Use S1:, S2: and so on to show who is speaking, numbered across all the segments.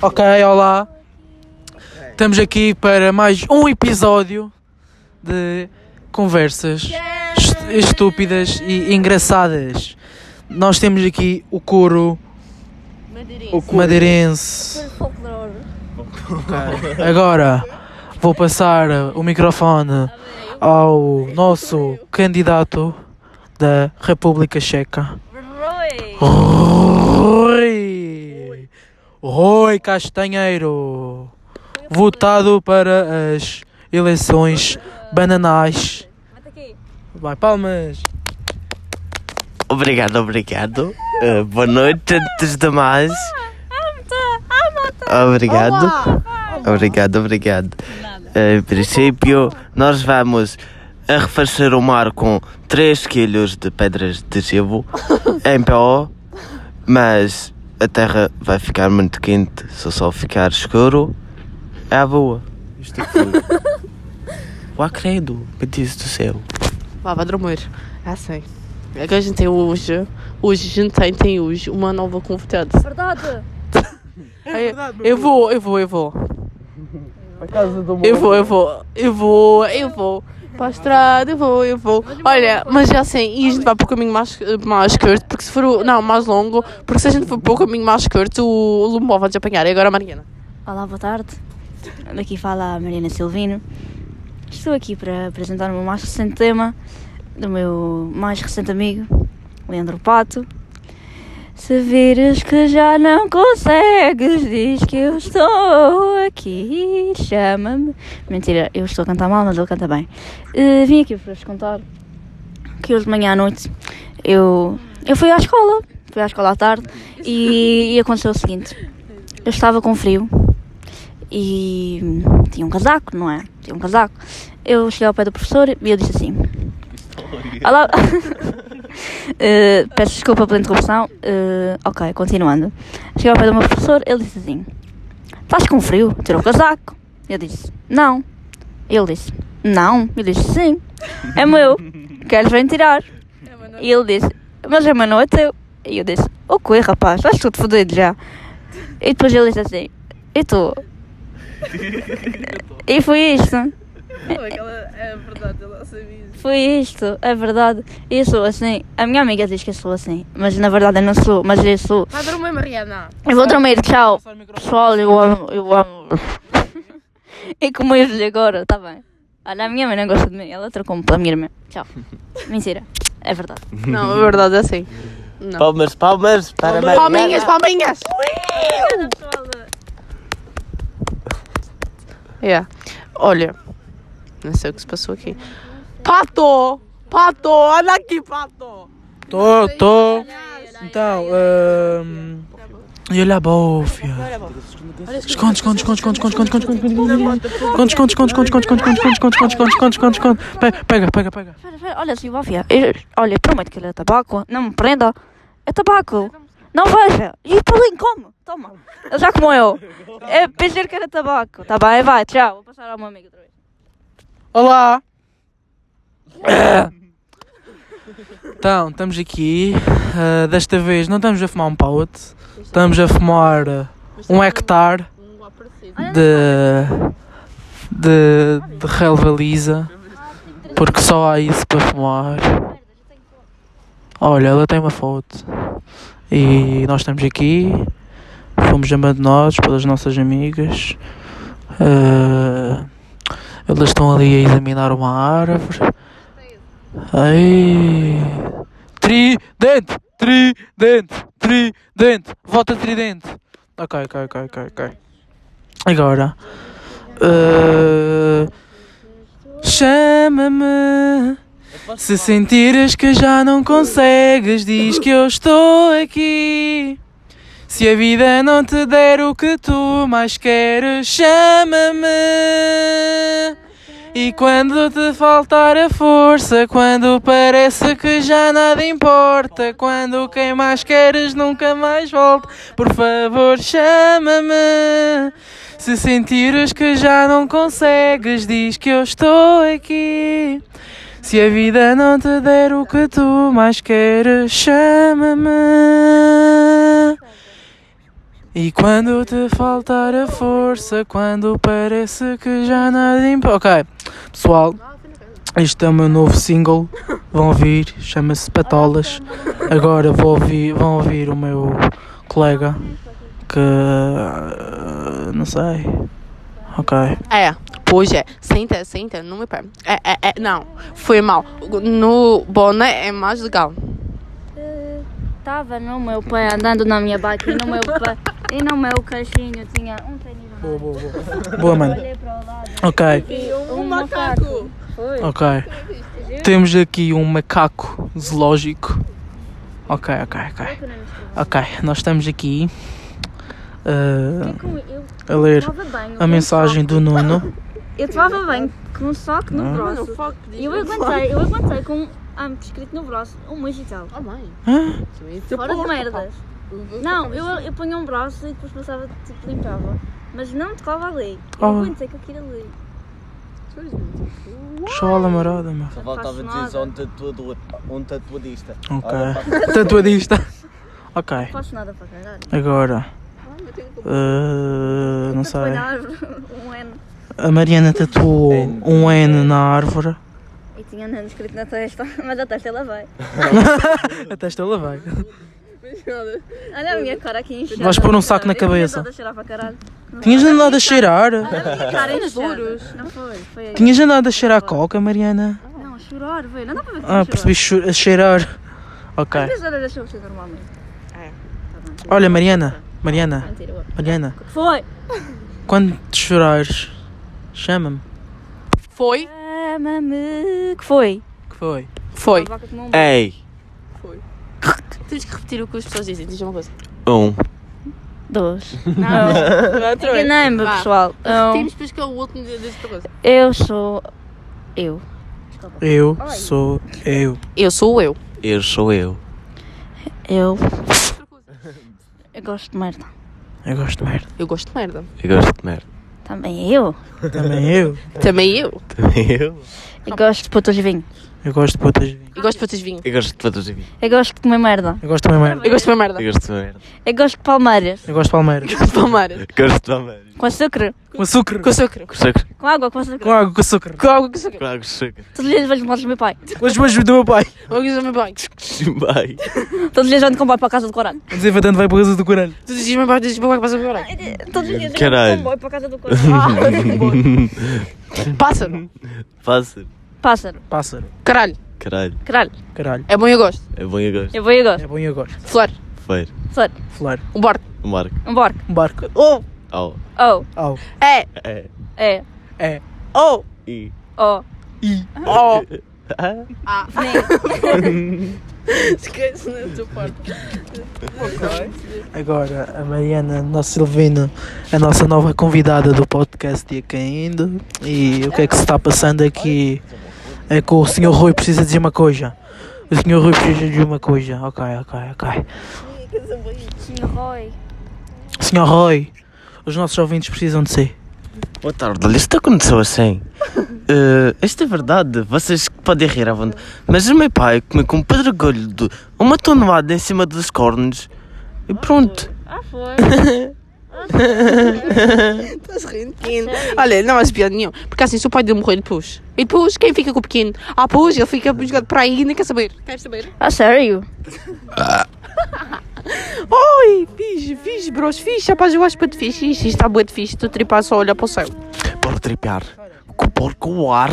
S1: Ok, olá. Estamos aqui para mais um episódio de conversas est- estúpidas e engraçadas. Nós temos aqui o coro
S2: Madeirense.
S1: madeirense.
S2: Folclore.
S1: Agora vou passar o microfone ao nosso candidato da República Checa,
S2: Roy.
S1: Rui, Rui Castanheiro, votado para as eleições bananais.
S2: Mata aqui.
S1: Vai, palmas!
S3: Obrigado, obrigado. Uh, boa noite, antes de mais. Obrigado. Obrigado, obrigado. Uh, em princípio, nós vamos arrefecer o mar com 3 quilos de pedras de gelo em pó, mas a terra vai ficar muito quente se o sol ficar escuro. É a boa. Isto é foi. O acredo, pedido do céu.
S4: Vá, vai dormir. Ah, sei. É que a gente tem hoje, hoje a gente tem, tem hoje uma nova convidada.
S2: Verdade.
S4: É eu vou, eu vou, eu vou. Eu vou, eu vou, eu vou, eu vou. Para a estrada, eu vou, eu vou. Olha, mas já assim, e a gente vai para o caminho mais, mais curto, porque se for, o- não, mais longo, porque se a gente for para o caminho mais curto, o Lumbó vai-te apanhar. E agora a Mariana?
S5: Olá, boa tarde. Aqui fala a Mariana Silvino. Estou aqui para apresentar o meu mais recente tema do meu mais recente amigo, Leandro Pato. Se vires que já não consegues, diz que eu estou aqui, chama-me. Mentira, eu estou a cantar mal, mas ele canta bem. Eh, vim aqui para vos contar que hoje de manhã à noite eu, eu fui à escola, fui à escola à tarde e, e aconteceu o seguinte. Eu estava com frio e hum, tinha um casaco, não é? Tinha um casaco. Eu cheguei ao pé do professor e eu disse assim: Olá. Eh, peço desculpa pela interrupção. Eh, ok, continuando. Cheguei ao pé do meu professor, ele disse assim: Estás com frio? Tirou o casaco. Eu disse: Não. Ele disse: Não. Eu disse: Sim. É meu. Queres vir tirar?
S4: É,
S5: E ele disse: Mas é meu, não é teu. E eu disse: O que, rapaz? Estás tudo fodido já. E depois ele disse assim: E tu? e foi isto.
S4: É verdade, ela sabia.
S5: Foi isto, é verdade. Eu sou assim. A minha amiga diz que eu sou assim. Mas na verdade eu não sou, mas eu sou.
S4: Vai dormir, Mariana.
S5: Eu vou dormir, tchau. Pessoal, eu amo, eu amo. e como eu lhe agora, tá bem. Olha, a minha mãe não gosta de mim, ela trocou-me pela minha irmã. Tchau. Mentira, é verdade.
S4: Não, é verdade, é assim.
S3: Palmas, palmas, para
S4: Palminhas, palminhas! Yeah. É. Olha, não sei o que se passou aqui. Pato! Pato! Olha aqui, Pato!
S1: Tô, tô. Então, hum, e olha a bofia. Esconde, esconde, esconde, esconde, esconde, esconde, esconde, esconde, esconde, esconde, esconde, esconde, esconde, esconde, esconde, esconde, esconde, esconde, esconde, esconde, esconde, Pe- Pega, pega, pega.
S5: Espera, espera, olha, Silvia, olha, prometo que ele é tabaco, não me prenda. É tabaco. Não veja. E Paulinho, come. Toma. Ele já como eu. É pensar que era tabaco. Tá bem, vai, tchau. Vou passar ao meu amigo outra vez.
S1: Olá. Então, estamos aqui. ah, desta vez não estamos a fumar um pallet. Estamos a fumar ah, um hectare de, de, de relva lisa. Porque só há isso para fumar. Olha, ela tem uma foto. E nós estamos aqui. Fomos abandonados pelas nossas amigas. Ah, elas estão ali a examinar uma árvore. Ai. Tridente! Tridente! Tridente! Volta tridente! Ok, ok, ok, ok, ok. Agora. eh, Chama-me. Se sentires que já não consegues, diz que eu estou aqui. Se a vida não te der o que tu mais queres, chama-me. E quando te faltar a força, quando parece que já nada importa, quando quem mais queres nunca mais volta, por favor, chama-me. Se sentires que já não consegues, diz que eu estou aqui. Se a vida não te der o que tu mais queres, chama-me. E quando te faltar a força, quando parece que já nada importa. Ok, pessoal, este é o meu novo single. Vão ouvir, chama-se Patolas. Agora vou ouvir, vão ouvir o meu colega que. ah, Não sei. Ok.
S4: É, pois é. Senta, senta, não me perde. É, é, é, não. Foi mal. No boné é mais legal.
S5: Estava no meu pé, andando na minha bike, e no meu pé, e no meu cachinho tinha um tênis.
S1: Boa, boa, boa. Boa, mano.
S5: Olhei para o lado.
S1: Ok.
S5: Um, macaco.
S1: Ok. Temos aqui um macaco zoológico. Ok, ok, ok. Ok, nós estamos aqui uh, a ler a mensagem do Nuno.
S5: Eu tomava banho com um soco
S1: Ah.
S5: no braço. E eu aguentei, eu aguentei com um âmbito escrito no braço, um mês e tal.
S4: Oh,
S1: Hã?
S4: é
S5: Fora de merdas. Não, eu, eu punha um braço e depois passava, tipo, limpava. Mas não tocava ali. Eu
S1: Oh.
S5: aguentei com aquilo ali.
S1: Chola marada, meu.
S3: Só faltava dizer só um tatuador, um tatuadista.
S1: Ok.
S3: Olha, pá,
S1: Tatuadista. Ok,
S5: Apaixonada para caralho.
S1: agora. uh, não sei.
S5: Olha a árvore, um N.
S1: A Mariana tatuou um N na árvore.
S5: E tinha um N escrito na testa, mas a testa ela vai.
S1: A testa ela vai.
S5: Olha a minha cara aqui inchada.
S1: Vais pôr um saco na cabeça.
S5: Eu tinha andado a cheirar para caralho.
S1: Tinhas andado a cheirar?
S5: Olha a minha cara inchada. Não foi, foi aí.
S1: Tinhas andado a cheirar coca, Mariana?
S5: Não, chorar, velho. Não dá para ver que
S1: Ah, percebi chu- a cheirar. Ok.
S5: Às vezes ela deixa você normalmente.
S1: Olha, Mariana, Mariana,
S5: Ah, Mentira, ué.
S1: Mariana,
S5: Foi!
S1: quando te chorares, chama-me.
S4: Foi?
S5: Ama-me. Que foi?
S1: Que foi?
S4: Foi.
S5: Uma vaca com um
S3: Ei,
S4: Temos que repetir o que as pessoas dizem. Diz uma coisa.
S3: um.
S5: Dois.
S4: Outra vez.
S5: Enganei-me,
S4: Vá.
S5: pessoal. Um,
S4: Repetimos depois que é o último diz outra coisa.
S5: eu sou. Eu.
S1: Eu sou eu.
S4: Eu sou eu.
S3: Eu sou eu.
S5: Eu. Eu gosto de merda.
S1: Eu gosto de merda.
S4: Eu gosto de merda.
S3: Eu gosto de merda.
S5: Também eu.
S1: Também eu.
S4: Também eu.
S3: Também eu.
S5: Eu gosto de putas de vinho.
S1: Eu gosto de putas de vinho.
S4: Eu gosto de patas de vinho.
S3: Eu gosto de todos aqui.
S5: Eu gosto de comer merda.
S1: Eu gosto de comer merda.
S4: Eu gosto de comer merda.
S3: Eu gosto de merda.
S5: Eu gosto de palmeiras.
S1: Eu gosto de palmeiras.
S4: Eu gosto de palmeiras.
S3: Eu gosto de merda.
S5: Com açúcar.
S1: Com açúcar.
S4: Com açúcar.
S3: Com sucos.
S5: Com água, com açúcar.
S1: Com água, com açúcar.
S4: Com água com açúcar.
S3: Com sucos.
S5: Todos os dias vejo motos do meu pai.
S1: Com as mãos do meu pai.
S4: Uma coisa meu pai.
S3: Vai.
S5: Todos os dias ando com o pai para a casa do caralho.
S1: O desinfetante vai para a casa do coralho.
S4: Tu dizes meu pai, dizes meu pai, passa o meu pai.
S5: Todos os dias ando com o
S3: Caralho.
S5: comboio para a casa do caralho.
S4: Pássaro.
S3: Pássaro.
S5: Pássaro.
S1: Pássaro.
S4: Caralho.
S3: Caralho.
S5: Caralho.
S1: Caralho.
S4: É bom eu gosto.
S3: É bom eu gosto.
S5: Eu vou e eu gosto.
S1: É bom e eu gosto.
S4: Flor.
S3: Feiro.
S5: Flor.
S1: Flor.
S4: Um barco.
S3: O Marco.
S5: Um barco.
S1: Um barco. Oh!
S3: Au.
S5: Oh.
S1: Oh!
S4: É.
S3: É.
S5: É.
S1: É.
S4: Oh.
S3: I.
S5: Oh.
S1: I.
S4: Oh.
S3: Ah.
S4: Esquece na tua parte.
S1: Agora, a Mariana, nossa Silvina, a nossa nova convidada do podcast Dia Caindo. E o que é que se está passando aqui é que o Sr. Rui precisa dizer uma coisa. O Sr. Rui precisa dizer uma coisa. Ok, ok, ok.
S5: Tinha Roy.
S1: Sr. Rui, os nossos ouvintes precisam de si.
S3: Boa tarde. Olha, isto aconteceu assim. Eh, isto é verdade. Vocês podem rir à vontade. Mas o meu pai comeu com um pedregulho de uma tonelada em cima dos cornos. E pronto.
S5: Ah, foi.
S4: Estás rindo, pequeno. Olha, não faz piada nenhuma. Porque assim, se o pai dele morrer depois. E depois, quem fica com o pequeno? Ah, pois, ele fica jogado por aí e nem quer saber. Queres saber?
S5: Ah, sério?
S4: Oi, fixe, fixe, bros, fixe. Rapaz, eu acho que fixe. Isto está boa de fixe. Tu tripar só olha para o céu.
S3: Para tripear. Com o porco o ar.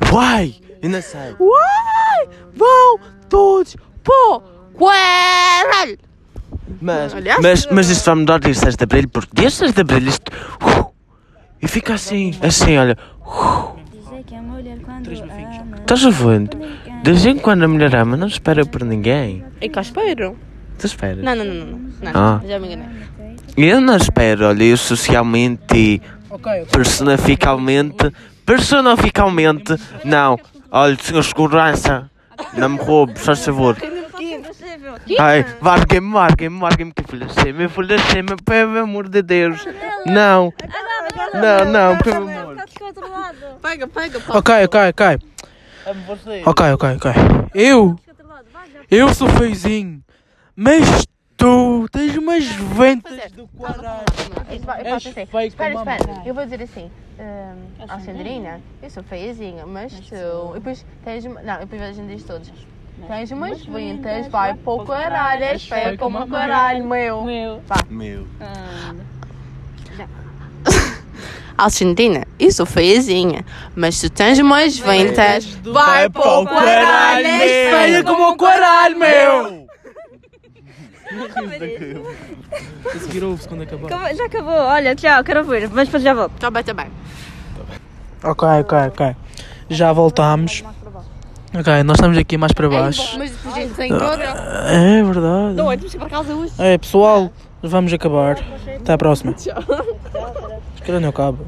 S3: Vai! Ainda sei.
S4: Uai! Vão todos pô! Quaralho!
S3: Mas,
S4: Olha.
S3: mas, mas isto vai mudar dia 6 de Abril, porque dia 6 de Abril isto. uh, e fica assim, assim, olha.
S5: Dizer que a mulher quando ama.
S3: Estás a ver? Desde em quando a mulher ama, não espera por ninguém.
S4: E cá espero.
S3: Tu esperas?
S4: Não, não, não, não. não.
S3: Ah.
S4: Já me enganei.
S3: Eu não espero, olha, eu socialmente e personificalmente. Personificalmente, não. Olha, senhor segurança, não me roube, só favor. Ai, marquem-me, marquem-me, marquem-me que eu falhacei-me, eu falhacei-me, pelo amor de Deus. Não, não, não, pelo amor.
S4: Pega, pega, pá.
S1: Ok, ok, ok. Ok, ok, ok. Eu, eu sou feizinho, mas Tu tens umas ventas do caralho. És feio
S4: assim. Espera,
S1: como a
S4: espera. Eu vou dizer assim. ehm, Alexandrina, eu sou feiazinha, mas tu. E depois tens. uma- Não, depois a gente diz todos. Tens umas ventas, vai para o caralho, és feia como o caralho, meu.
S3: Meu.
S4: Alexandrina, eu sou feiazinha, mas tu tens umas ventas,
S1: Vai para o caralho, és feia como o caralho, meu! A seguir ouve-se quando acabar.
S5: Acabou- Já acabou, olha, tchau, quero ver, mas depois já volto.
S6: Tá bem, tá bem.
S1: Ok, ok, ok. Já voltámos. Ok, nós estamos aqui mais para baixo.
S6: Mas depois gente tem outra.
S1: É verdade.
S6: Não, é, temos que ir para casa hoje.
S1: É, pessoal, vamos acabar. Até à próxima. Tchau. Crânio cabo.